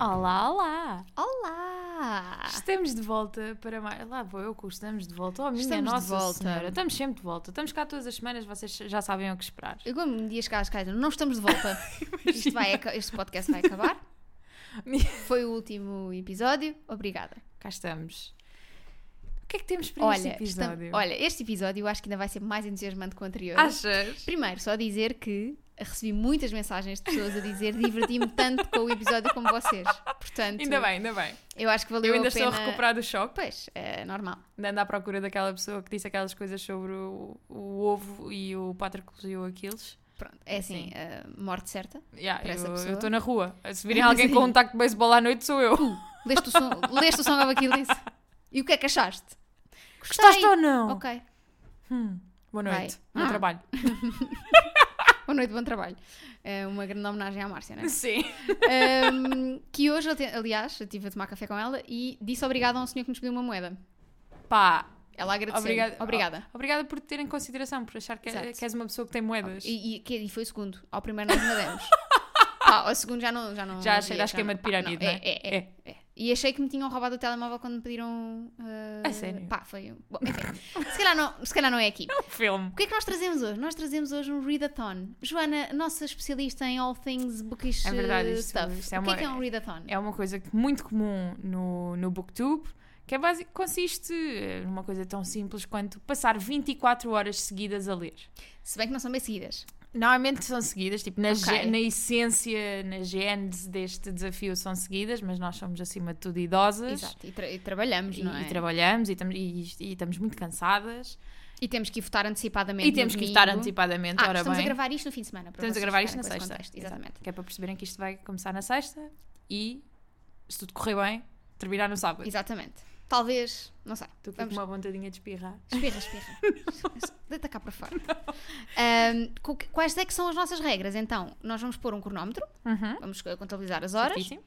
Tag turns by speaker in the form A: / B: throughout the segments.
A: Olá, olá!
B: Olá!
A: Estamos de volta para mais. Lá vou eu com o estamos de volta. Oh, minha
B: Estamos de
A: Nossa
B: volta.
A: Senhora. Estamos sempre de volta. Estamos cá todas as semanas, vocês já sabem o que esperar.
B: Eu como um dia chegar às casas, não estamos de volta. Isto vai aca- este podcast vai acabar. Foi o último episódio. Obrigada.
A: Cá estamos. O que é que temos para este
B: Olha, estam-
A: episódio?
B: olha, este episódio eu acho que ainda vai ser mais entusiasmante que o anterior.
A: Achas?
B: Primeiro, só dizer que recebi muitas mensagens de pessoas a dizer diverti-me tanto com o episódio como vocês. Portanto,
A: Ainda bem, ainda bem.
B: eu acho que valeu
A: Eu ainda
B: a pena.
A: estou a recuperar do choque.
B: Pois, é normal.
A: Andando à procura daquela pessoa que disse aquelas coisas sobre o, o ovo e o Patroclus e o Aquiles.
B: Pronto, é assim,
A: Sim.
B: eh, morte certa.
A: Yeah,
B: Para
A: eu
B: essa
A: eu
B: pessoa.
A: estou na rua. Se virem alguém com um taco de beisebol à noite, sou eu.
B: Leste o, som, leste o Song of Achilles? E o que é que achaste?
A: Gostaste ou não?
B: Ok.
A: Boa noite.
B: Vai.
A: Bom
B: Ah.
A: trabalho.
B: Boa noite, bom trabalho. É uma grande homenagem à Márcia, não é?
A: Sim.
B: Ahm, que hoje, eu te- aliás, eu estive a tomar café com ela e disse obrigada a um senhor que nos pediu uma moeda.
A: Pá,
B: Ela agradeceu.
A: Obrigada. Ah,
B: Obrigada.
A: Obrigada por te ter em consideração, por achar que, é,
B: Exato.
A: que és uma pessoa que tem moedas.
B: E, e- que- e foi o segundo. Ao primeiro nós não demos. Pá, ao segundo já não. Já, não
A: Já
B: não
A: achei
B: vi,
A: acho que é uma de
B: pá, não,
A: pirâmide, não é?
B: é, é,
A: É.
B: é. E achei que me tinham roubado o telemóvel quando me pediram. ah,
A: A sério?
B: Pá, foi. Bom, enfim. se, calhar não, se calhar não é aqui.
A: um Filme.
B: O que é que nós trazemos hoje? Nós trazemos hoje um readathon. Joana, nossa especialista em all things bookish
A: É verdade,
B: eh,
A: isto-
B: stuff.
A: isto é
B: o que é
A: uma-
B: que é um readathon?
A: É uma coisa que- muito comum no, no Booktube, que é basic, consiste eh, numa coisa tão simples quanto passar 24 horas seguidas a ler.
B: Se bem que não são bem seguidas.
A: Normalmente são seguidas, tipo, na,
B: Ok.
A: ge- na essência, na gênese deste desafio são seguidas, mas nós somos acima de tudo idosas.
B: Exato. E, tra- e trabalhamos,
A: E,
B: não é?
A: e trabalhamos e, tam- e- e estamos muito cansadas
B: E temos que ir votar antecipadamente.
A: e temos
B: no
A: que votar
B: domingo.
A: antecipadamente,
B: Ah,
A: ora
B: estamos
A: bem.
B: a gravar isto no fim de semana. para
A: Estamos a
B: vocês
A: gravar isto na
B: ficarem com esse
A: sexta.
B: contexto.
A: exato.
B: Exatamente.
A: Que é para perceberem que isto vai começar na sexta e, se tudo correr bem, terminar no sábado.
B: Exatamente. Talvez, não sei.
A: Tu com
B: Vamos.
A: uma vontadinha de espirrar.
B: Espirra, espirra. Deita cá para fora. Ahm, co- quais é que são as nossas regras? Então, nós vamos pôr um cronómetro,
A: Uhum.
B: vamos eh, contabilizar as horas.
A: Certíssimo.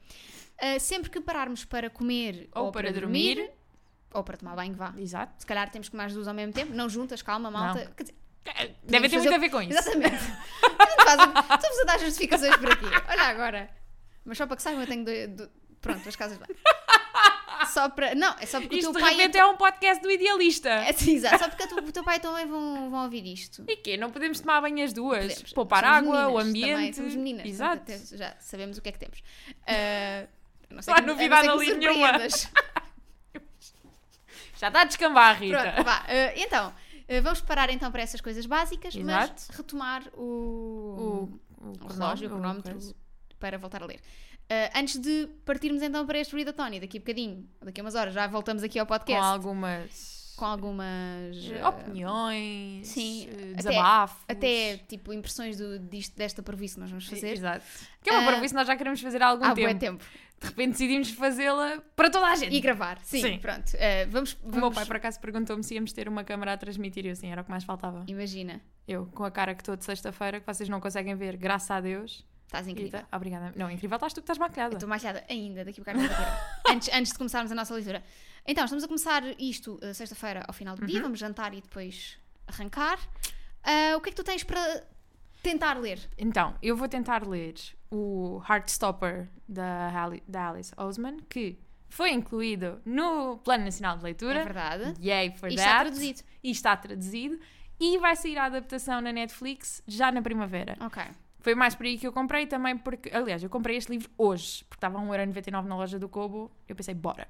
B: Ah, sempre que pararmos para comer
A: Ou
B: ou,
A: para dormir.
B: ou para tomar banho, vá.
A: Exato.
B: Se calhar temos que mais duas ao mesmo tempo, não juntas, calma, malta. Quer dizer,
A: Eh, Deve ter
B: fazer-
A: muito a ver com É isso.
B: exatamente. Não faz- Estamos a dar justificações por aqui. Olha agora. Mas só para que saibam, eu tenho. dois- do- Pronto, as casas lá. Só para. Não, é só porque
A: Isto
B: o
A: de
B: teu pai.
A: repente é um podcast do idealista.
B: É, sim, exato. Só porque o teu pai também vão, vão ouvir isto.
A: E quê? Não podemos tomar banho as duas?
B: Podemos.
A: Poupar
B: Somos
A: água, o
B: meninas
A: ambiente.
B: Também. Somos meninas.
A: Exato.
B: portanto, Já sabemos o que é que temos. Ah, a não ser
A: Não há
B: que- a não
A: novidade
B: ser que
A: ali
B: me
A: nenhuma.
B: surpreendas.
A: Já está a descambar, Rita.
B: Pronto, vá. Eh, então, eh, vamos parar então para essas coisas básicas,
A: Exato.
B: mas retomar o,
A: O, o,
B: o relógio, o cronómetro,
A: coisa.
B: para voltar a ler. Eh, antes de partirmos então para este Readathon, e daqui a bocadinho, daqui a umas horas, já voltamos aqui ao
A: Com
B: podcast.
A: algumas
B: com algumas
A: eh,
B: eh,
A: opiniões,
B: sim,
A: eh,
B: até-
A: desabafos.
B: até tipo impressões do, disto, desta previsão que nós vamos fazer.
A: Exato. Que é uma
B: Ah,
A: prova, isso nós já queremos fazer há algum
B: Há
A: tempo.
B: bom tempo.
A: De repente decidimos fazê-la para toda a gente.
B: E gravar, sim,
A: Sim.
B: pronto. Eh, vamos,
A: O meu
B: vamos
A: pai, por acaso, perguntou-me se íamos ter uma câmara a transmitir. E eu, assim, era o que mais faltava.
B: imagina,
A: Eu, com a cara que estou de sexta-feira, que vocês não conseguem ver, graças a Deus.
B: estás
A: E
B: incrível.
A: tá- Obrigada. Não, incrível estás tu que estás
B: Eu
A: maquilhada.
B: estou malhada ainda daqui a bocado. vou tirar. antes, antes de começarmos a nossa leitura. Então, estamos a começar isto eh, sexta-feira ao final do
A: Uhum.
B: dia. Vamos jantar e depois arrancar. Ah, o que é que tu tens para tentar ler?
A: Então, eu vou tentar ler o Heartstopper da, Ali- da Alice Oseman, que foi incluído no Plano Nacional de Leitura.
B: É verdade.
A: Yay for
B: E
A: that.
B: está traduzido.
A: E está traduzido. E vai sair a adaptação na Netflix já na primavera.
B: Ok.
A: Foi mais por aí que eu comprei também, porque, aliás, eu comprei este livro hoje, porque estava a 1,99€ na loja do Kobo. Eu pensei, bora.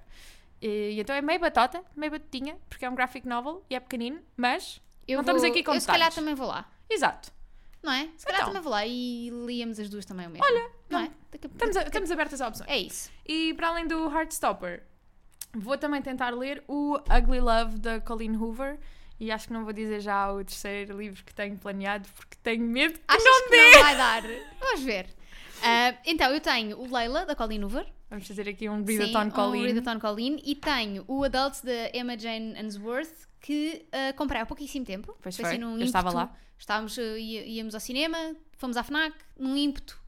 A: E então é meio batota, meio batotinha, porque é um graphic novel e é pequenino, mas.
B: Eu
A: Não estamos
B: vou-
A: aqui com
B: Eu se calhar
A: detalhes.
B: também vou lá.
A: Exato.
B: Não é? Se calhar
A: Então.
B: também vou lá e líamos as duas também ao mesmo. Olha, não, é? Daqui a-
A: Estamos, a- estamos abertas a opções.
B: É isso.
A: E para além do Heartstopper, vou também tentar ler o Ugly Love da Colleen Hoover. E acho que não vou dizer já o terceiro livro que tenho planeado, porque tenho medo que é
B: Achas
A: não
B: que
A: dê.
B: não vai dar? Vamos ver. Ah, então, eu tenho o Leila, da Colleen Hoover.
A: Vamos fazer aqui um
B: Sim,
A: Readathon Colleen.
B: Um Readathon Colleen. E tenho o Adults da Emma Jane Answorth, que ah, comprei há pouquíssimo tempo.
A: Pois
B: assim
A: foi,
B: num
A: eu
B: ímpeto.
A: estava lá.
B: Estávamos, ah, ia- íamos ao cinema, fomos à FNAC, num ímpeto.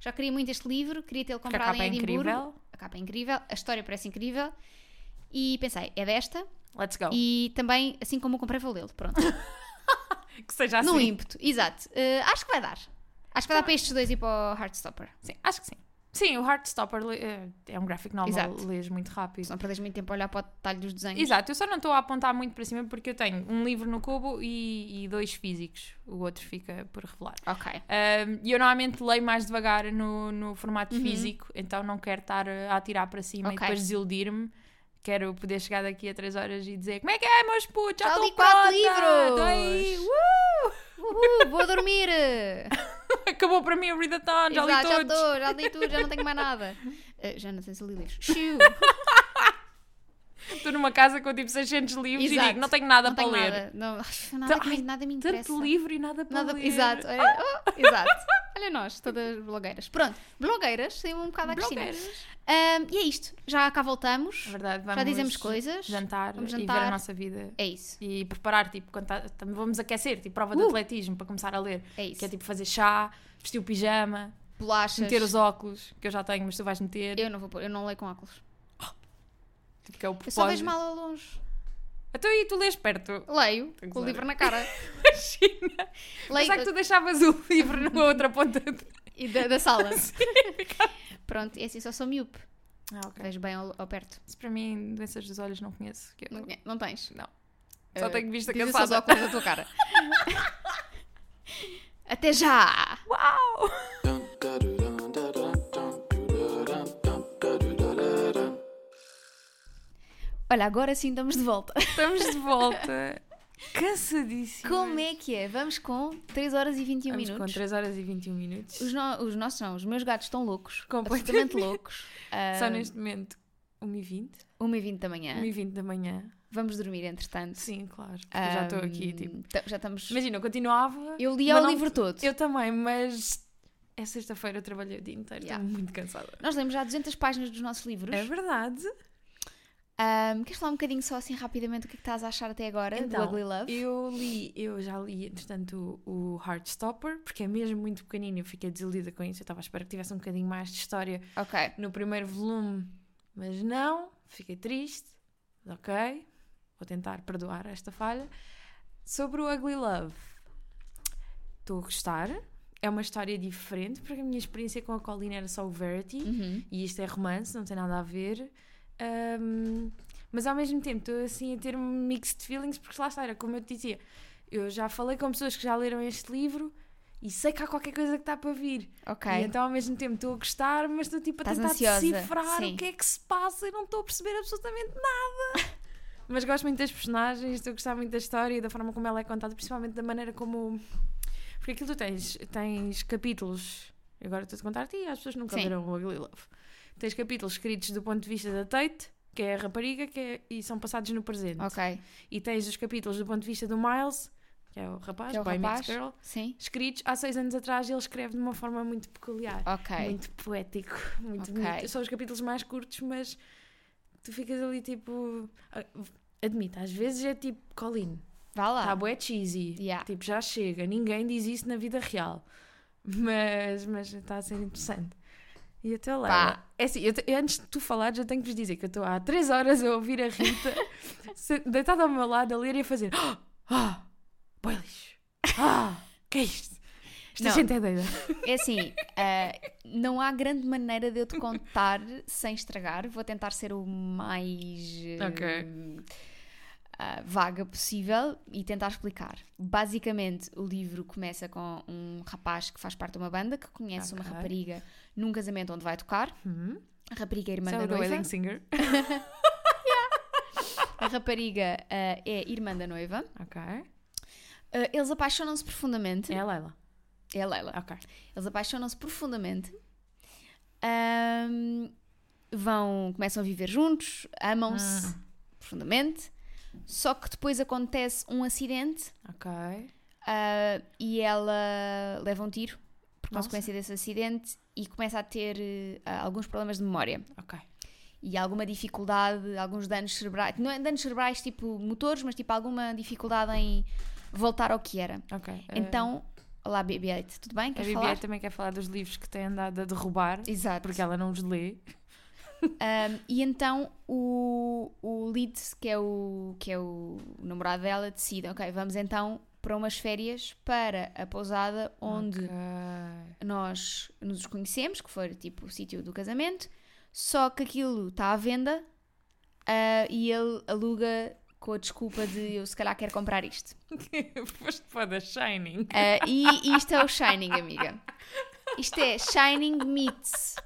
B: Já queria muito este livro, queria tê-lo
A: Porque a
B: comprado
A: capa é
B: em Edimburgo.
A: incrível.
B: A capa é incrível, a história parece incrível. E pensei, é desta.
A: Let's go.
B: E também, assim como o comprei, vou lê-lo. Pronto.
A: Que seja
B: Num Ah,
A: assim.
B: ímpeto, exato. Ah, acho que vai dar. Acho que vai dar para estes dois e para o Heartstopper.
A: Sim, acho que sim. Sim, o Heartstopper le- eh, é um graphic novel,
B: Exato.
A: lês muito rápido.
B: Se não perdes muito tempo a olhar para o detalhe dos desenhos.
A: Exato, eu só não estou a apontar muito para cima porque eu tenho um livro no cubo e, e dois físicos. O outro fica por revelar.
B: Ok.
A: Ahm, E eu normalmente leio mais devagar no, no formato físico, então não quero estar a atirar para cima e
B: Uhum. Ok.
A: depois desiludir-me. Quero poder chegar daqui a 3 horas e dizer como é que é, meus putos? Já
B: Já
A: estou
B: li Tá quatro
A: pronta, estou aí,
B: livros."
A: uh!
B: Uhul, vou dormir!
A: Acabou para mim o readathon, já
B: Exato,
A: li
B: já
A: todos.
B: estou, já li tudo, já não tenho mais nada. Eh, já não sei se li livros. Shoo!
A: Estou numa casa com tipo 600 livros
B: Exato.
A: e digo não tenho nada
B: não
A: para
B: tenho
A: ler.
B: nada. Não, ai, nada,
A: Então,
B: que me-
A: ai,
B: nada me interessa.
A: Tanto livro e nada para
B: Nada,
A: ler.
B: exato, olha, oh, exato. Olha nós, todas blogueiras. Pronto, blogueiras, saiu um bocado à Cristina.
A: Blogueiras.
B: Ahm, e é isto, já cá voltamos,
A: É verdade, vamos
B: já dizemos coisas.
A: jantar,
B: Vamos
A: e ver a
B: jantar.
A: nossa vida.
B: É isso,
A: E preparar, tipo, quando tá- tam- vamos aquecer, tipo, prova de
B: Uh!
A: atletismo para começar a ler.
B: é isso.
A: Que é tipo fazer chá, vestir o pijama,
B: Bolachas.
A: meter os óculos, que eu já tenho, mas tu vais meter.
B: Eu não vou pôr, eu não leio com óculos.
A: tipo, que é o
B: Eu
A: propósito.
B: só vejo mal ao longe.
A: Até aí tu lês perto.
B: Leio,
A: Tem que
B: com o
A: ler.
B: livro na cara.
A: Imagina.
B: Leio
A: Pensava que tu deixavas o livro na outra ponta. de-
B: e da, da sala. Pronto, é assim, só sou miúpe.
A: Ah, ok.
B: Vejo bem ao, ao perto.
A: Isso para mim, doenças dos olhos, não conheço. que eu-
B: Não, conhe- não tens.
A: Não. Só
B: Eh,
A: tenho vista
B: dizem só os
A: cansada.
B: óculos da tua cara. Até já!
A: Uau!
C: Dum da do dum da dum dum do da dum dum da do da da dum.
B: Olha, agora sim estamos de volta.
A: Estamos de volta. Cansadíssima.
B: Como é que é? Vamos com 3 horas e 21
A: Estamos com
B: minutos.
A: 3 horas e 21 minutos.
B: Os, no- os nossos não, os meus gatos estão loucos.
A: Completamente.
B: Completamente loucos. Ah,
A: São neste momento 1h20.
B: 1h20 da manhã.
A: 1h20 da manhã.
B: Vamos dormir, entretanto.
A: Sim, claro. porque eu já estou aqui,
B: Ahm,
A: tipo.
B: t- Já estamos.
A: Imagina, eu continuava.
B: Eu li
A: mas
B: ao
A: não-
B: livro todo.
A: Eu também, mas é sexta-feira, eu trabalhei o dia inteiro,
B: Yeah.
A: estou muito cansada.
B: Nós lemos já 200 páginas dos nossos livros.
A: É verdade.
B: Ahm, queres falar um bocadinho só assim rapidamente o que é que estás a achar até agora
A: Então,
B: do Ugly Love?
A: Eu li, eu já li, entretanto, o, o Heartstopper, porque é mesmo muito pequenino, eu fiquei desiludida com isso. Eu estava à espera que tivesse um bocadinho mais de história
B: Ok.
A: no primeiro volume, mas não, fiquei triste. Mas Ok, vou tentar perdoar esta falha. Sobre o Ugly Love, estou a gostar. É uma história diferente, porque a minha experiência com a Colleen era só o Verity.
B: Uhum.
A: E isto é romance, não tem nada a ver. Ahm, mas ao mesmo tempo estou assim a ter um mixed feelings, porque lá está, era como eu te dizia. Eu já falei com pessoas que já leram este livro e sei que há qualquer coisa que está para vir.
B: Ok.
A: E então ao mesmo tempo estou a gostar, mas estou tipo a
B: Estás
A: tentar
B: ansiosa,
A: decifrar
B: sim.
A: o que é que se passa e não estou a perceber absolutamente nada. mas gosto muito das personagens, estou a gostar muito da história e da forma como ela é contada, principalmente da maneira como. Porque aquilo tu tens, tens capítulos. Agora estou a contar-te e as pessoas nunca
B: Sim.
A: leram o Ugly Love. Tens capítulos escritos do ponto de vista da Tate, que é a rapariga, que é- e são passados no presente.
B: Ok.
A: E tens os capítulos do ponto de vista do Miles, que é o rapaz,
B: Que é o
A: boy
B: rapaz.
A: meets girl,
B: Sim.
A: escritos há seis anos atrás e ele escreve de uma forma muito peculiar.
B: Ok.
A: Muito poético, muito
B: Ok.
A: bonito. São os capítulos mais curtos, mas tu ficas ali tipo. ah, Admito, às vezes é tipo, Colin,
B: Vá lá.
A: Tá bué cheesy.
B: Ah. Yeah.
A: Tipo, já chega. Ninguém diz isso na vida real. Mas mas está a ser interessante. E eu estou lá.
B: Pá.
A: É assim, eu te- eu antes de tu falares, eu tenho que vos dizer que eu estou há três horas a ouvir a Rita se- deitada ao meu lado a ler e a fazer Ah! Ah! Boi lixo! Ah! Que é isto? Esta
B: Não.
A: gente é doida.
B: É assim, eh, não há grande maneira de eu te contar sem estragar. Vou tentar ser o mais eh,
A: Ok.
B: ah, vaga possível e tentar explicar. Basicamente, o livro começa com um rapaz que faz parte de uma banda que conhece uma
A: Ok.
B: rapariga num casamento onde vai tocar.
A: Hum.
B: A rapariga é irmã
A: Isso é
B: da
A: o The
B: noiva.
A: Wedding Singer.
B: A rapariga ah, é irmã da noiva.
A: Ok.
B: Ah, eles apaixonam-se profundamente.
A: É a Leila.
B: É a Leila.
A: Ok.
B: Eles apaixonam-se profundamente. Ahm, vão, começam a viver juntos, amam-se
A: Ah.
B: profundamente. Só que depois acontece um acidente
A: Ok.
B: ah, e ela leva um tiro por
A: Nossa.
B: consequência desse acidente e começa a ter eh, ah, alguns problemas de memória
A: Ok.
B: e alguma dificuldade, alguns danos cerebrais. Não é danos cerebrais tipo motores, mas tipo alguma dificuldade em voltar ao que era.
A: Ok. Eh,
B: Então, olá BB-8, tudo bem?
A: a
B: Queres
A: Bibi
B: falar?
A: também quer falar dos livros que tem andado a derrubar.
B: Exato.
A: Porque ela não os lê.
B: Um, e então o, o lead, que é o, que é o namorado dela, decide, ok, vamos então para umas férias para a pousada onde
A: Ok.
B: nós nos conhecemos, que foi tipo o sítio do casamento, só que aquilo está à venda ah, e ele aluga com a desculpa de eu se calhar quero comprar isto.
A: Foste para The Shining.
B: Ah, e isto é o Shining, amiga. Isto é Shining Meets.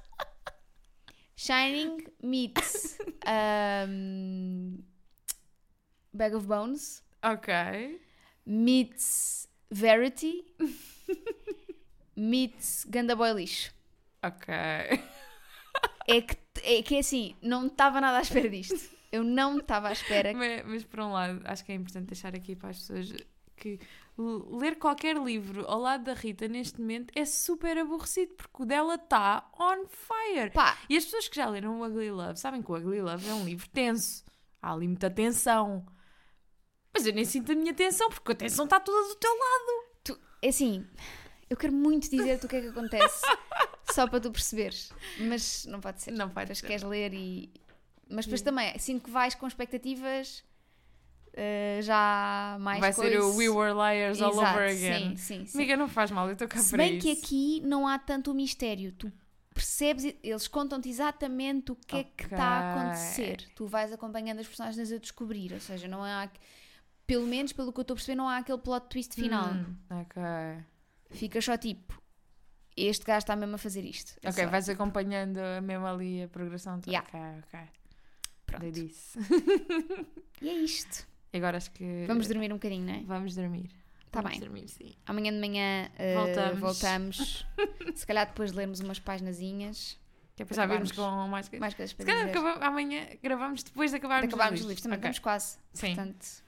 B: Shining Meets. ahm, Bag of Bones.
A: Ok.
B: Meets Verity. Meets Gandaboy Lixo.
A: Ok.
B: É que, é que é assim, não estava nada à espera disto. Eu não estava à espera.
A: Mas, mas por um lado, acho que é importante deixar aqui para as pessoas que l- ler qualquer livro ao lado da Rita neste momento é super aborrecido porque o dela está on fire.
B: Pá,
A: E as pessoas que já leram o Ugly Love sabem que o Ugly Love é um livro tenso. Há ali muita tensão. Mas eu nem sinto a minha tensão porque a tensão está toda do teu lado.
B: tu, é assim, eu quero muito dizer-te o que é que acontece, só para tu perceberes. Mas não pode ser.
A: Não pode
B: Depois
A: ser.
B: queres ler e. Mas depois também, sinto que vais com expectativas eh, já mais
A: Vai ser
B: coisa.
A: o We Were Liars all
B: Exato,
A: over again.
B: Sim, sim, sim.
A: Amiga, não faz mal, eu estou cá
B: Se
A: para
B: bem que
A: isso.
B: aqui não há tanto mistério. Tu percebes, e- eles contam-te exatamente o que é que está a
A: Ok.
B: acontecer. Tu vais acompanhando as personagens a descobrir. Ou seja, não há. Pelo menos pelo que eu estou a perceber, não há aquele plot twist final.
A: Hum, ok.
B: Fica só tipo. Este gajo está mesmo a fazer isto. É
A: Ok,
B: só.
A: vais acompanhando mesmo ali a progressão. toda.
B: Yeah.
A: Ok, ok.
B: Pronto.
A: Eu disse.
B: E é isto.
A: E agora acho que.
B: Vamos dormir um bocadinho, não é?
A: Vamos dormir.
B: Tá
A: Vamos
B: bem.
A: dormir, sim.
B: Amanhã de manhã eh,
A: Voltamos.
B: voltamos. Se calhar depois lemos umas paginazinhas.
A: Que é para já virmos
B: Acabamos.
A: com mais coisas.
B: Mais coisas para
A: Se calhar
B: dizer.
A: acabamos- amanhã gravamos depois de acabarmos,
B: de acabarmos
A: os
B: os livros também.
A: Ok.
B: Estamos quase.
A: Sim.
B: Portanto.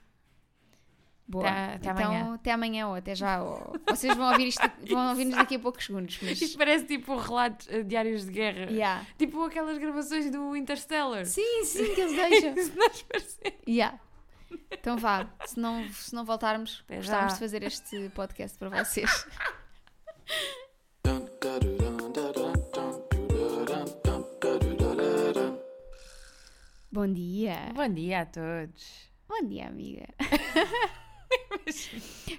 B: Boa.
A: Tá- até
B: então,
A: amanhã.
B: até amanhã ou até já. ou- Vocês vão ouvir isto, vão ouvir-nos daqui a poucos segundos. Mas.
A: Isto parece tipo relatos eh, diários de guerra.
B: Yeah.
A: Tipo aquelas gravações do Interstellar.
B: Sim, sim, que eles deixam.
A: Isso nós parecemos.
B: yeah. Então vá, se não, se não voltarmos,
A: Até
B: gostávamos
A: já.
B: de fazer este podcast para vocês.
C: dun da do dun da dun dun do da dun dun da do da da dun.
B: Bom dia.
A: Bom dia a todos.
B: Bom dia, amiga.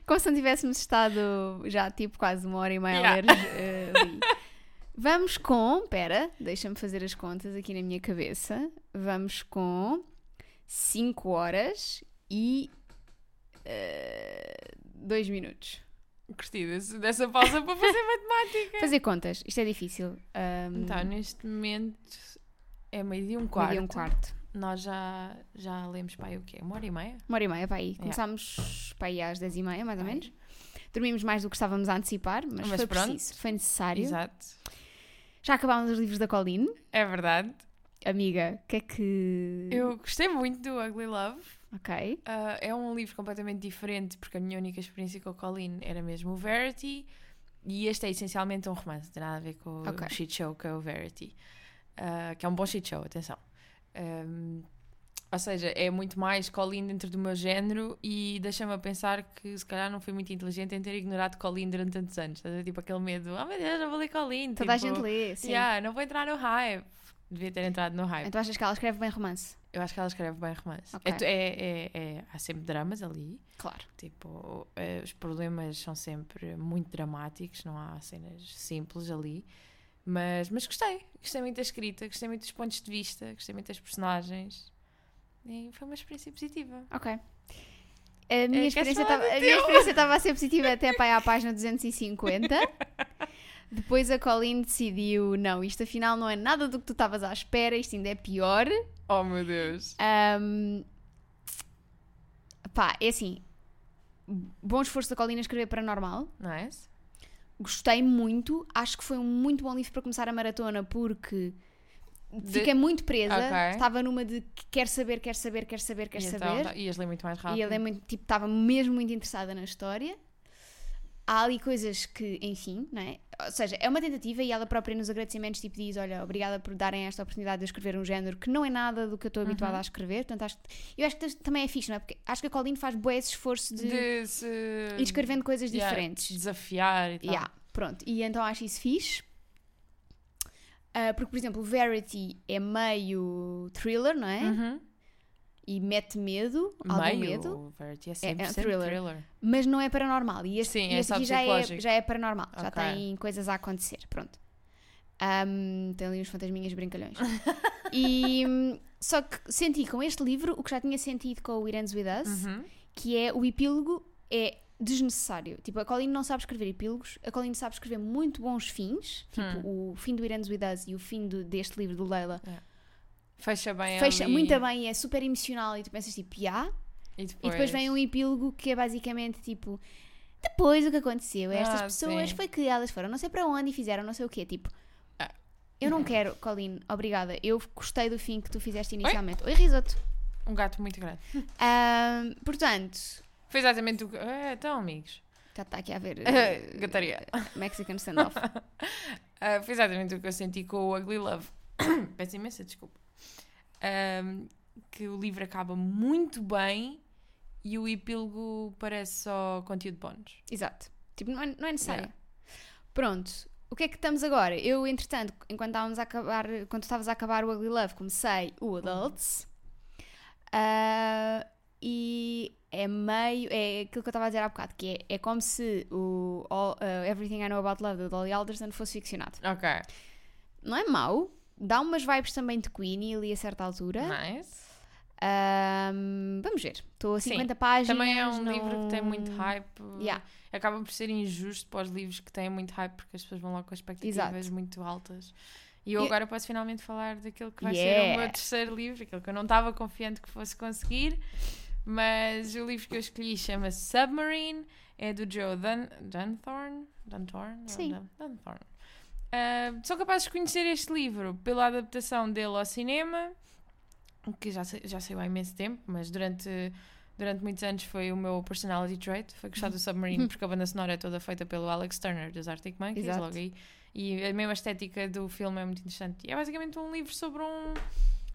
B: Como se não tivéssemos estado já tipo quase uma hora e meia a ler eh, ali. Vamos com. Pera, deixa-me fazer as contas aqui na minha cabeça. Vamos com 5 horas e 2 minutos.
A: Gostei desse- dessa pausa para fazer matemática.
B: Fazer contas, isto é difícil. Ahm,
A: Então, neste momento é meio dia um quarto.
B: meio dia um quarto.
A: Nós já, já lemos para aí o quê? Uma hora e meia?
B: Uma hora e meia, para aí.
A: Yeah.
B: Começámos para aí às 10 e meia, mais ou menos. Dormimos mais do que estávamos a antecipar, mas,
A: Mas
B: foi
A: pronto.
B: preciso, foi necessário.
A: Exato.
B: Já acabámos os livros da Colleen.
A: É verdade.
B: Amiga, o que é que.
A: Eu gostei muito do Ugly Love.
B: Ok.
A: Ah, é um livro completamente diferente porque a minha única experiência com o Colleen era mesmo o Verity e este é essencialmente um romance, não tem nada a ver com
B: Ok.
A: o shit show que é o Verity, Ah, que é um bom shit show, atenção. Ahm, ou seja, é muito mais Colleen dentro do meu género e deixa-me a pensar que se calhar não fui muito inteligente em ter ignorado Colleen durante tantos anos. Estás a ver? Tipo aquele medo, ah meu Deus, não vou ler Colleen.
B: Então Toda a
A: tipo,
B: gente lê, sim.
A: "Yeah, não vou entrar no hype. Devia ter entrado no hype.
B: Então achas que ela escreve bem romance?
A: Eu acho que ela escreve bem romance.
B: Ok.
A: É tu- é- é- é- há sempre dramas ali.
B: Claro.
A: Tipo, eh, os problemas são sempre muito dramáticos, não há cenas simples ali. Mas, mas gostei. Gostei muito da escrita, gostei muito dos pontos de vista, gostei muito das personagens. E foi uma experiência positiva.
B: Ok. A minha,
A: É, queres
B: experiência
A: falar
B: tava-
A: do
B: a
A: teu?
B: minha experiência estava a ser positiva até para aí à página 250. Depois a Colleen decidiu: não, isto afinal não é nada do que tu estavas à espera, isto ainda é pior.
A: Oh meu Deus!
B: Ahm, Pá, é assim. Bom esforço da Colleen a escrever paranormal.
A: Não é? isso?
B: gostei muito. Acho que foi um muito bom livro para começar a maratona porque
A: De-
B: fiquei muito presa.
A: Ok.
B: Estava numa de que quer saber, quer saber, quer saber, quer
A: E então,
B: saber.
A: tá- ias ler muito mais rápido.
B: e ele é muito, tipo, estava mesmo muito interessada na história. Há ali coisas que, enfim, não é? Ou seja, é uma tentativa e ela própria nos agradecimentos tipo diz, olha, obrigada por darem esta oportunidade de eu escrever um género que não é nada do que eu estou habituada
A: Uhum.
B: a escrever. Portanto, acho que, eu acho que t- também é fixe, não é? Porque acho que a Colleen faz bué esse esforço de,
A: de se.
B: ir escrevendo coisas
A: yeah,
B: diferentes.
A: Desafiar e tal.
B: Yeah, pronto. E então acho isso fixe. Ah, porque, por exemplo, Verity é meio thriller, não é?
A: Uhum.
B: e mete medo, algum
A: Meio,
B: medo,
A: Verity, é sempre
B: um
A: thriller.
B: thriller. mas não é paranormal. E este,
A: Sim,
B: e
A: é
B: este
A: só
B: aqui já é,
A: psicológico.
B: já é paranormal, já
A: Ok.
B: tem coisas a acontecer. Pronto. Ahm, tem ali uns fantasminhas brincalhões. e, hum, só que senti com este livro o que já tinha sentido com o It Ends With Us,
A: Uhum.
B: que é o epílogo é desnecessário. Tipo, a Colleen não sabe escrever epílogos, a Colleen sabe escrever muito bons fins, tipo
A: Hum.
B: o fim do It Ends With Us e o fim do- deste livro do Leila.
A: Fecha bem
B: Fecha
A: ali.
B: muito bem, é super emocional e tu pensas tipo, "Ya",
A: E
B: e
A: depois,
B: depois vem um epílogo que é basicamente tipo. Depois o que aconteceu? a Estas
A: Ah,
B: pessoas
A: sim.
B: foi que elas foram não sei para onde e fizeram não sei o quê. Tipo,
A: Ah.
B: eu não quero, Colleen, obrigada. Eu gostei do fim que tu fizeste inicialmente. Oi, risoto.
A: um gato muito grande.
B: Ahm, portanto,
A: Foi exatamente o que. É, então, amigos.
B: já está aqui a ver. eh,
A: Gataria.
B: Mexican standoff.
A: Ah, foi exatamente o que eu senti com o Ugly Love. Peço imensa desculpa. Ahm, que o livro acaba muito bem e o epílogo parece só conteúdo bónus.
B: Exato. Tipo, não é, não é necessário. Pronto. O que é que estamos agora? Eu, entretanto, enquanto estávamos a acabar, quando tu estavas a acabar o Ugly Love, comecei o Adults. Ah, e é meio. É aquilo que eu estava a dizer há bocado, que é, é como se o All- ah, Everything I Know About Love do Dolly Alderson fosse ficcionado.
A: Ok.
B: Não é mau, dá umas vibes também de Queenie ali a certa altura.
A: é? Nice.
B: Ah, vamos ver. Estou a
A: Sim.
B: 50 páginas.
A: Também é um
B: não-
A: livro que tem muito hype.
B: Yeah.
A: Acaba por ser injusto para os livros que têm muito hype porque as pessoas vão logo com expectativas
B: Exato.
A: muito altas. E eu
B: E-
A: agora posso finalmente falar daquilo que vai ser o
B: Yeah.
A: meu terceiro livro, aquilo que eu não estava confiante que fosse conseguir, mas o livro que eu escolhi chama-se Submarine, é do Joe Dun Dunthorne. Dunthorne? Não,
B: Sim.
A: Dun- Dunthorne. Ah, sou capaz de conhecer este livro pela adaptação dele ao cinema, que já, sa- já saiu há imenso tempo, mas durante, durante muitos anos foi o meu personality trait, foi gostar do Submarine, porque a banda sonora é toda feita pelo Alex Turner, dos Arctic Monkeys,
B: Exato.
A: logo aí. E a mesma estética do filme é muito interessante. E é basicamente um livro sobre um...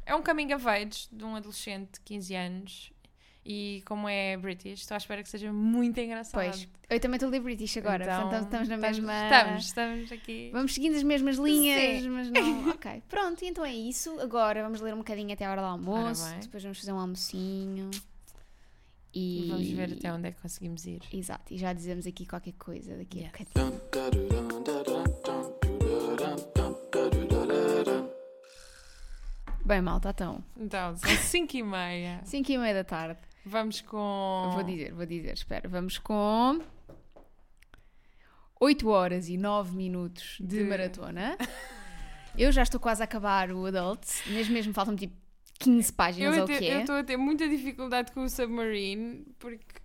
A: É um coming of age de um adolescente de 15 anos e como é british, estou à espera que seja muito engraçado.
B: Pois. Eu também estou a ler British agora,
A: Então,
B: portanto estamos na mesma.
A: Estamos, estamos aqui.
B: Vamos seguindo as mesmas linhas, mas não. Ok. Pronto, então é isso. Agora vamos ler um bocadinho até a hora do almoço.
A: Ora bem.
B: Depois vamos fazer um almocinho. E.
A: Vamos ver até onde é que conseguimos ir.
B: Exato, e já dizemos aqui qualquer coisa daqui
A: Yes.
B: a bocadinho. Bem, malta, então.
A: Então, são 5 e meia.
B: 5 e meia da tarde.
A: Vamos com.
B: Vou dizer, vou dizer, espera. Vamos com. 8 horas e 9 minutos de,
A: De-
B: maratona. Eu já estou quase a acabar o Adult, mas mesmo faltam tipo 15
A: Eu
B: páginas ou o que é.
A: estou a ter muita dificuldade com o Submarine porque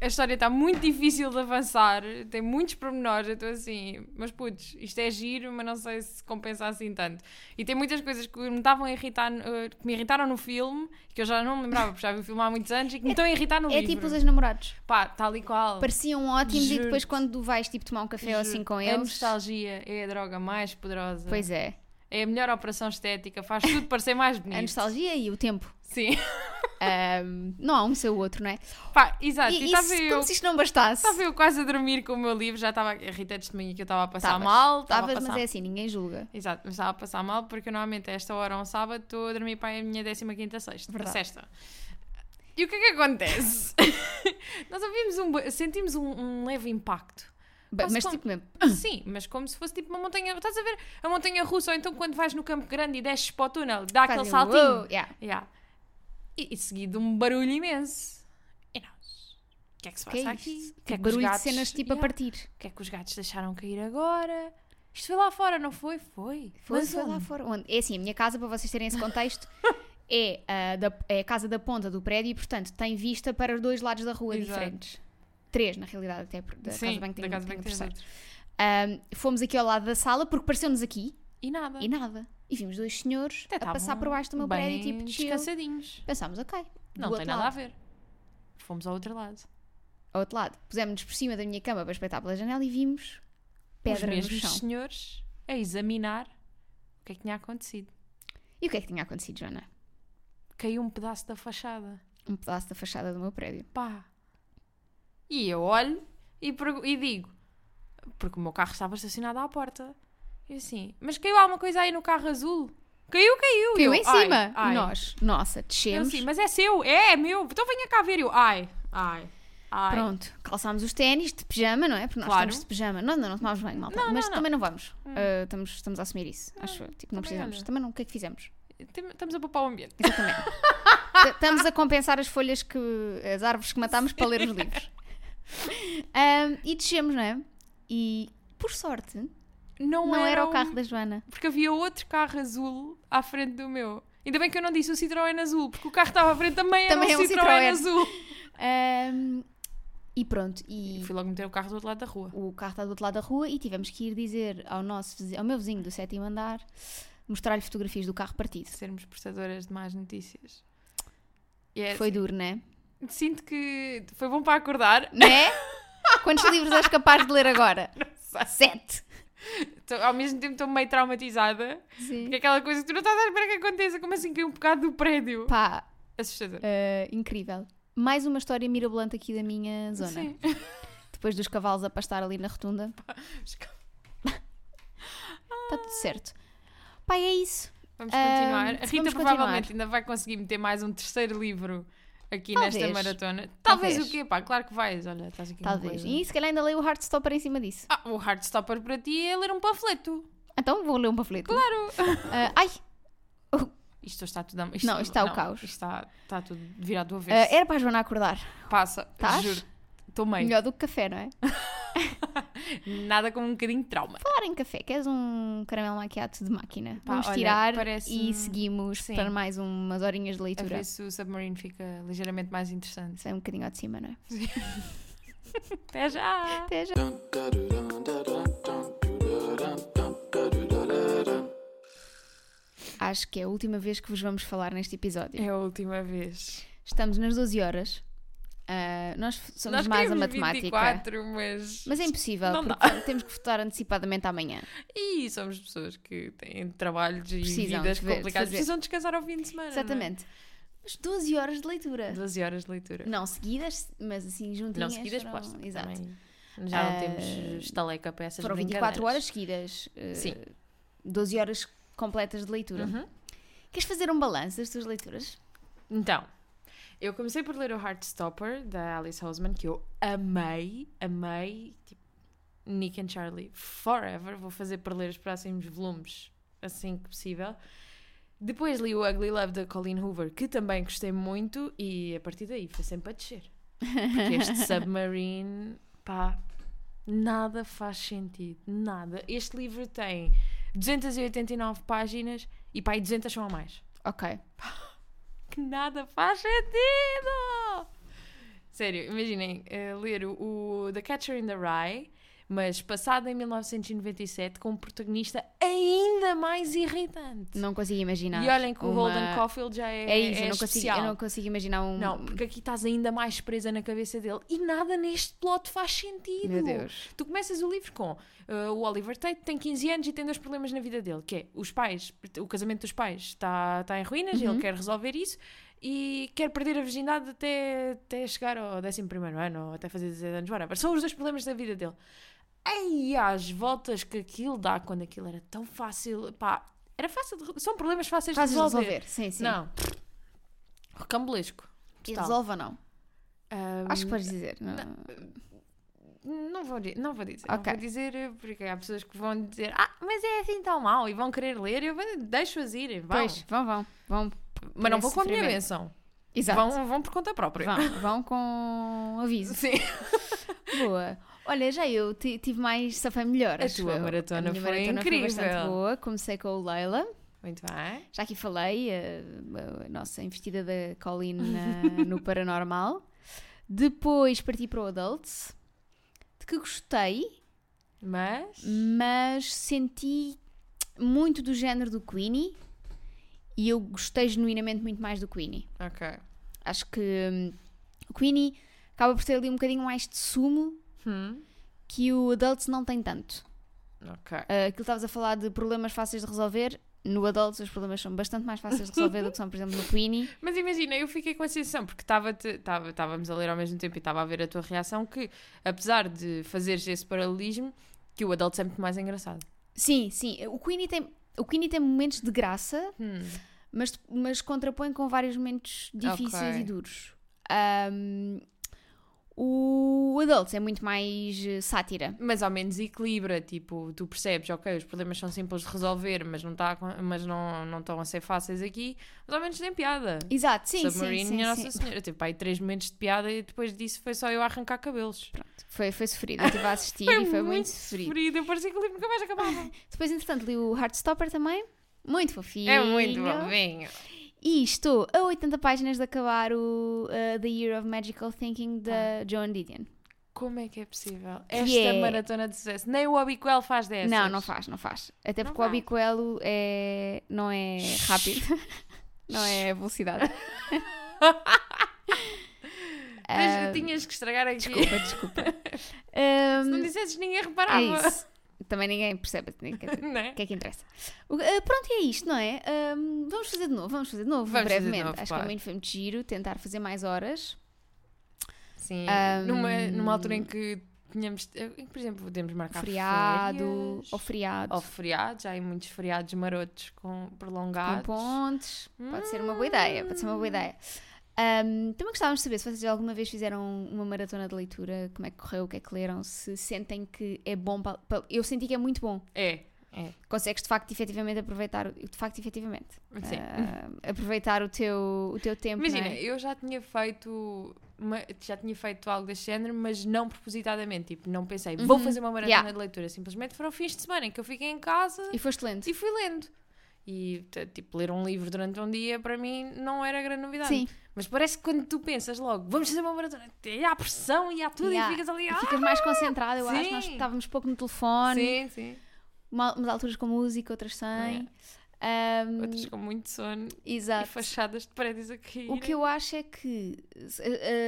A: a história está muito difícil de avançar, tem muitos pormenores. Eu estou assim, mas putz, isto é giro, mas não sei se compensa assim tanto. E tem muitas coisas que me estavam a irritar, eh, que me irritaram no filme, que eu já não me lembrava, porque já vi o filme há muitos anos e que me estão a irritar no
B: É
A: um livro.
B: tipo os ex-namorados.
A: Pá, tal e qual.
B: Pareciam ótimos e
A: Juro-te.
B: depois quando tu vais tipo tomar um café ou assim com
A: A
B: eles.
A: nostalgia é a droga mais poderosa.
B: Pois é.
A: É a melhor operação estética, faz tudo parecer mais
B: A
A: bonito.
B: nostalgia e o tempo.
A: Sim.
B: Ahm, não há um sem o outro, não é?
A: Pá, exato.
B: E,
A: Ah, E
B: e
A: estava
B: se, como
A: eu,
B: se isto não bastasse.
A: estava eu quase a dormir com o meu livro, já estava a Rita testemunha que eu estava a passar
B: Estavas,
A: mal. Estava a
B: Estavas,
A: passar...
B: Tá, mas é assim, ninguém julga.
A: Exato, mas estava a passar mal porque eu normalmente a esta hora, um sábado, estou a dormir para a minha 15 sexta.
B: Verdade.
A: Sexta. E o que é que acontece? Nós ouvimos um, ba- sentimos um, um leve impacto.
B: Ba-
A: Posso
B: Mas
A: con-
B: tipo mesmo.
A: Sim, mas como se fosse tipo uma montanha. Estás a ver a montanha russa? Ou então quando vais no Campo Grande e desces para o túnel, dá aquele
B: fazem um
A: saltinho.
B: uou, yeah.
A: Yeah. E, e seguido de um barulho imenso. E nós. O que é que se
B: Que é
A: passa aqui?
B: isso?
A: O que é
B: Tipo,
A: que os
B: barulho
A: gatos-
B: de cenas tipo a
A: Yeah.
B: partir.
A: O que é que os gatos deixaram cair agora? Isto foi lá fora, não foi? Foi.
B: Foi,
A: Mas
B: foi lá
A: onde?
B: fora. Onde? É assim, a minha casa, para vocês terem esse contexto, é, a da- é a casa da ponta do prédio e, portanto, tem vista para os dois lados da rua
A: Exato.
B: diferentes. Três, na realidade, até por- da
A: Sim,
B: Casa Banco tem, um
A: da Casa
B: tem
A: Banco
B: o
A: tem
B: terceiro.
A: outro.
B: Ahm, fomos aqui ao lado da sala porque pareceu-nos aqui
A: E nada.
B: e nada. E vimos dois senhores
A: Ah. Até
B: a passar
A: estavam
B: por baixo do meu
A: bem
B: prédio, tipo, chill.
A: descansadinhos.
B: Pensámos, ok.
A: Não
B: do
A: tem
B: outro
A: nada a
B: lado,
A: ver. Fomos ao outro lado.
B: Ao outro lado. Pusemos-nos por cima da minha cama para espreitar pela janela e vimos pedra
A: os
B: no
A: mesmos
B: chão.
A: senhores a examinar o que é que tinha acontecido.
B: E o que é que tinha acontecido, Joana?
A: Caiu um pedaço da fachada.
B: Um pedaço da fachada do meu prédio.
A: pá. E eu olho e, pergu- e digo, porque o meu carro estava estacionado à porta. E eu assim, mas caiu alguma coisa aí no carro azul? Caiu, caiu. E
B: Caiu
A: eu,
B: em
A: ai,
B: cima.
A: ai.
B: E nós, nossa,
A: Eu
B: descemos.
A: sim, mas é seu, é, é meu. Então venha cá ver. Eu, ai, ai, ai.
B: Pronto, calçámos os ténis de pijama, não é? Porque nós
A: Claro.
B: estamos de pijama. Nós ainda não tomámos banho, malta.
A: Não, não,
B: mas
A: não.
B: também não vamos. Ah, estamos, estamos a assumir isso. Acho eu. Tipo,
A: também
B: não precisamos.
A: olha.
B: Também não. O que é que fizemos?
A: Tem- Estamos a poupar o ambiente.
B: Exatamente. T- estamos a compensar as folhas que. as árvores que matámos para ler os livros. Ahm, e descemos, não é? E, por sorte,
A: Não,
B: não era o
A: um-
B: carro da Joana.
A: Porque havia outro carro azul à frente do meu. Ainda bem que eu não disse o Citroën azul, porque o carro que estava à frente também era
B: Também é
A: um
B: um
A: Citroën,
B: Citroën.
A: azul.
B: Ahm, e pronto. E,
A: E fui logo meter o carro do outro lado da rua.
B: o carro está do outro lado da rua e tivemos que ir dizer ao, nosso, vizi- ao meu vizinho do sétimo andar, mostrar-lhe fotografias do carro partido.
A: Sermos prestadoras de más notícias. E é
B: Foi duro, né?
A: assim, Sinto que foi bom para acordar.
B: Né? Quantos livros és capaz de ler agora?
A: sei.
B: Sete.
A: Tô- ao mesmo tempo estou meio traumatizada.
B: Sim.
A: Porque é aquela coisa que tu não estás à espera que aconteça. Como assim caiu um bocado do prédio?
B: Pá,
A: Assustador.
B: eh, incrível. Mais uma história mirabolante aqui da minha zona.
A: Sim.
B: Depois dos cavalos a pastar ali na rotunda, está tudo certo. Pá, é isso.
A: Vamos
B: Ah,
A: continuar. a
B: vamos
A: Rita
B: continuar.
A: provavelmente ainda vai conseguir meter mais um terceiro livro aqui nesta
B: Talvez.
A: maratona. Talvez,
B: Talvez.
A: o quê? Pá, claro que vais. Olha, estás aqui
B: Talvez.
A: com uma coisa.
B: E se calhar ainda leio o Heartstopper em cima disso.
A: Ah, o Hardstopper para ti é ler um panfleto.
B: Então vou ler um panfleto.
A: Claro.
B: Ah, ai,
A: Isto está tudo... a-
B: Não, isto está o caos.
A: Isto está, está tudo virado do avesso.
B: ah, era para a Joana acordar.
A: Passa.
B: Estás?
A: Juro. Estou meio.
B: Melhor do que café, não é?
A: Nada como um bocadinho de trauma.
B: Falar em café, queres um caramelo maquiado de máquina?
A: Pá,
B: Vamos
A: olha,
B: tirar
A: parece-me-
B: e seguimos
A: Sim.
B: para mais umas horinhas de
A: A
B: leitura.
A: ver se o Submarine fica ligeiramente mais interessante.
B: Isso é um bocadinho ao de cima, não
A: Tá.
B: é?
A: Até já!
B: Até já. Acho que é a última vez que vos vamos falar neste episódio.
A: É a última vez.
B: Estamos nas 12 horas. Ah, nós f- somos mais a
A: queríamos
B: matemática.
A: 24, mas...
B: Mas é impossível,
A: Não dá.
B: porque temos que votar antecipadamente amanhã.
A: E somos pessoas que têm trabalhos e
B: Precisam
A: vidas
B: de ver- de
A: complicadas.
B: fazer.
A: Precisam descansar ao fim de semana. não é?
B: Exatamente. Mas 12 horas de leitura.
A: 12 horas de leitura.
B: Não seguidas, mas assim juntinhas.
A: Não seguidas,
B: foram-
A: posto.
B: Exato.
A: Já não
B: Ah,
A: temos estaleca para essas
B: Foram 24 horas seguidas. eh,
A: Sim.
B: 12 horas completas de leitura.
A: Uhum.
B: Queres fazer um balanço das tuas leituras?
A: Então, eu comecei por ler o Heartstopper da Alice Hoseman, que eu amei, amei. Tipo, Nick and Charlie Forever. Vou fazer para ler os próximos volumes assim que possível. Depois li o Ugly Love da Colleen Hoover, que também gostei muito, e a partir daí foi sempre a descer. Porque este Submarine, pá, nada faz sentido, nada. Este livro tem 289 páginas e pá, e 200 são a mais
B: Ok.
A: que nada faz sentido. Sério, imaginem eh, ler o, o The Catcher in the Rye, mas passado em 1997, com um protagonista ainda mais irritante.
B: Não consigo imaginar.
A: E olhem que o
B: uma-
A: Golden Caulfield já é,
B: É isso,
A: é
B: eu, não consigo,
A: especial.
B: eu não consigo imaginar um.
A: Não, porque aqui estás ainda mais presa na cabeça dele. E nada neste plot faz sentido.
B: Meu Deus.
A: Tu começas o livro com eh, o Oliver Tate tem 15 anos e tem dois problemas na vida dele, que é os pais, o casamento dos pais está, está em ruínas,
B: Uhum.
A: ele quer resolver isso e quer perder a virgindade até, até chegar ao 11 ano ou até fazer 16 anos, whatever. São os dois problemas da vida dele. Ai, às voltas que aquilo dá quando aquilo era tão fácil, pá, era fácil, de re- são problemas fáceis,
B: Fazes
A: de resolver.
B: resolver. Sim, sim.
A: Não. Recambulesco.
B: E
A: Total.
B: resolve ou não?
A: Ahm,
B: Acho que podes dizer. Não.
A: Não vou, di- não vou dizer. Não
B: Ok.
A: vou dizer eh, porque há pessoas que vão dizer ah, mas é assim tão mau e vão querer ler eu vou- deixo-as ir. Vão.
B: Pois, vão, vão. vão.
A: mas não vou com a minha
B: sofrimento.
A: benção.
B: Exato.
A: Vão, vão por conta própria.
B: Vão, vão com aviso.
A: Sim.
B: Boa. Olha, já eu ti- tive mais, safei melhor.
A: A
B: acho
A: tua
B: eu.
A: maratona
B: a minha
A: foi
B: maratona Foi
A: incrível.
B: bastante boa. Comecei com o Leila.
A: Muito bem.
B: Já aqui falei, eh, a, a nossa investida da Colleen na- no Paranormal. Depois parti para o Adults, de que gostei,
A: Mas.
B: mas senti muito do género do Queenie e eu gostei genuinamente muito mais do Queenie.
A: Ok.
B: Acho que hum, o Queenie acaba por ter ali um bocadinho mais de sumo
A: Hum.
B: que o Adults não tem tanto.
A: Ok.
B: Ah, aquilo que estavas a falar de problemas fáceis de resolver, no Adults os problemas são bastante mais fáceis de resolver do que são, por exemplo, no Queenie.
A: Mas imagina, eu fiquei com a sensação, porque estava-te- estava- estávamos a ler ao mesmo tempo e estava a ver a tua reação, que apesar de fazeres esse paralelismo, que o adulto é muito mais engraçado.
B: Sim, sim. O Queenie tem. O Quini tem momentos de graça,
A: Hum.
B: mas, mas contrapõe com vários momentos difíceis
A: Ok.
B: e duros. Ahm, o Adults é muito mais eh, sátira.
A: Mas ao menos equilibra, tipo, tu percebes, ok, os problemas são simples de resolver, mas não, tá, a con- mas não, não estão a ser fáceis aqui, mas ao menos tem piada.
B: Exato, sim,
A: Submarine
B: sim, sim,
A: e a
B: sim.
A: Nossa Senhora. Teve pá, aí três momentos de piada e depois disso foi só eu a arrancar cabelos.
B: Foi, foi sofrido, eu estive a assistir e foi muito sofrido.
A: sofrido. Eu parecia que o livro nunca mais acabava.
B: Depois, entretanto, li o Heartstopper também. Muito fofinho.
A: é muito bom, vinho.
B: E estou a 80 páginas de acabar o uh, The Year of Magical Thinking da
A: Ah.
B: Joan Didion.
A: Como é que é possível?
B: Que
A: Esta
B: é-
A: maratona de sucesso. Nem o Obiquel faz dessas.
B: Não, não faz, não faz. Até
A: Não
B: porque o
A: faz.
B: Obicoelo é... não é rápido. não é velocidade.
A: Mas
B: Ah,
A: tinhas que estragar aqui.
B: Desculpa, desculpa.
A: Se não
B: Ahm,
A: dissesses, ninguém
B: é
A: reparava.
B: isso. Também ninguém percebe ninguém quer dizer,
A: Né?
B: o que é que interessa. O- ah, pronto, é isto, não é? Ahm, vamos fazer de novo, vamos fazer de novo,
A: Vamos fazer de
B: brevemente.
A: novo,
B: Acho que
A: claro.
B: é muito, foi muito giro tentar fazer mais horas.
A: Sim.
B: Ahm,
A: Numa, numa altura em que tínhamos. eh, em que, Por exemplo, podemos marcar
B: feriado,
A: férias,
B: ou feriado,
A: ou feriados. Há aí muitos feriados marotos com
B: com
A: prolongados.
B: pontes. Pode ser uma boa ideia, pode ser uma boa ideia. Ahm, também gostávamos de saber se vocês alguma vez fizeram uma maratona de leitura, como é que correu, o que é que leram, se sentem que é bom para. eu senti que é muito bom.
A: É. é.
B: Consegues de facto efetivamente aproveitar, o- de facto efetivamente,
A: Sim.
B: ah, aproveitar o teu, o teu tempo.
A: Imagina,
B: não é?
A: eu já tinha feito uma- já tinha feito algo desse género, mas não propositadamente, tipo, não pensei, vou
B: Uhum,
A: fazer uma maratona
B: yeah.
A: de leitura, simplesmente foram fins de semana em que eu fiquei em casa
B: E foste lento.
A: e fui lendo. E t- tipo, ler um livro durante um dia para mim não era grande novidade.
B: Sim,
A: Mas parece que quando tu pensas logo, vamos fazer uma maratona, e há pressão e há tudo
B: Yeah.
A: e ficas ali,
B: e
A: ah!
B: ficas mais concentrada, eu acho.
A: Sim.
B: Nós estávamos pouco no telefone,
A: Sim, sim.
B: uma- umas alturas com música, outras sem.
A: Yeah.
B: Ahm,
A: Outros com muito sono É. e
B: hum. Exato.
A: fachadas de paredes aqui.
B: O que eu acho é que se-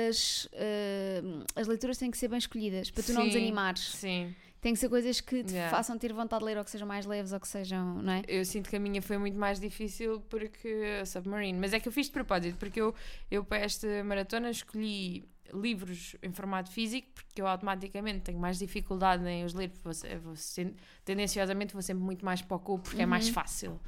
B: as, eh, as leituras têm que ser bem escolhidas para tu não
A: Sim.
B: desanimares.
A: Sim.
B: Tem que ser coisas que te
A: Yeah.
B: façam ter vontade de ler ou que sejam mais leves ou que sejam, não é?
A: Eu sinto que a minha foi muito mais difícil porque a Submarine. Mas é que eu fiz de propósito, porque eu, eu para esta maratona escolhi livros em formato físico, porque eu automaticamente tenho mais dificuldade em os ler, porque vou, se- eu vou sen- tendenciosamente vou sempre muito mais para o cubo, porque é
B: Uhum.
A: mais fácil.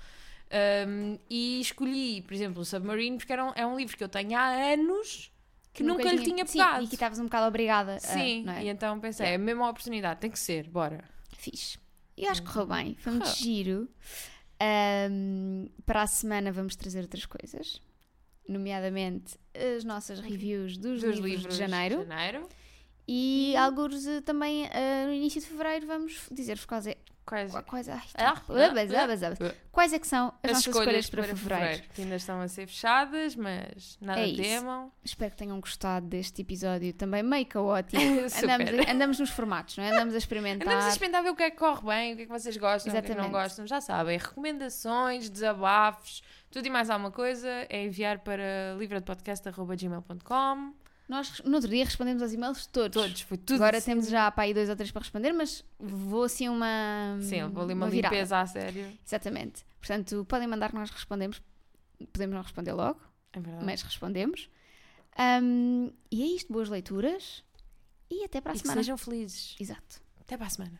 A: Um, e escolhi, por exemplo, o Submarine, porque era um, é um livro que eu tenho há anos que nunca, lhe tinha
B: Sim,
A: pegado.
B: e que estavas um bocado obrigada. a-
A: Sim,
B: não é?
A: e então pensei, é a mesma oportunidade, tem que ser, bora.
B: Fixe. Eu acho que correu bem. Foi muito
A: Correu.
B: giro. Ahm, para a semana vamos trazer outras coisas, nomeadamente as nossas reviews dos, livros, de janeiro. E
A: Uhum.
B: alguns eh, também eh, no início de fevereiro vamos dizer-vos quais é,
A: Quais,
B: Quais, ai,
A: Ah,
B: tá.
A: ah,
B: Abas,
A: ah,
B: abas, abas.
A: ah.
B: Quais é que são as, nossas escolhas, para, fevereiro?
A: que ainda estão a ser fechadas, mas nada
B: É isso.
A: temam.
B: Espero que tenham gostado deste episódio também meio caótico.
A: Super.
B: Tipo, Andamos, andamos nos formatos, não é? Andamos a experimentar.
A: Andamos a experimentar ver o que é que corre bem, o que é que vocês gostam, o que é que não
B: Exatamente.
A: gostam. Já sabem, recomendações, desabafos, tudo e mais alguma coisa é enviar para livradepodcast.gmail.com.
B: Nós no outro dia respondemos aos e-mails todos.
A: Todos, foi tudo.
B: Agora
A: assim.
B: temos já para aí dois ou três para responder, mas vou assim uma.
A: Sim, vou ali uma,
B: virada.
A: limpeza a sério.
B: Exatamente. Portanto, podem mandar que nós respondemos. Podemos não responder logo,
A: É verdade.
B: mas respondemos. Ahm, e é isto. Boas leituras e até para a
A: e que
B: semana.
A: sejam felizes.
B: Exato.
A: Até para a semana.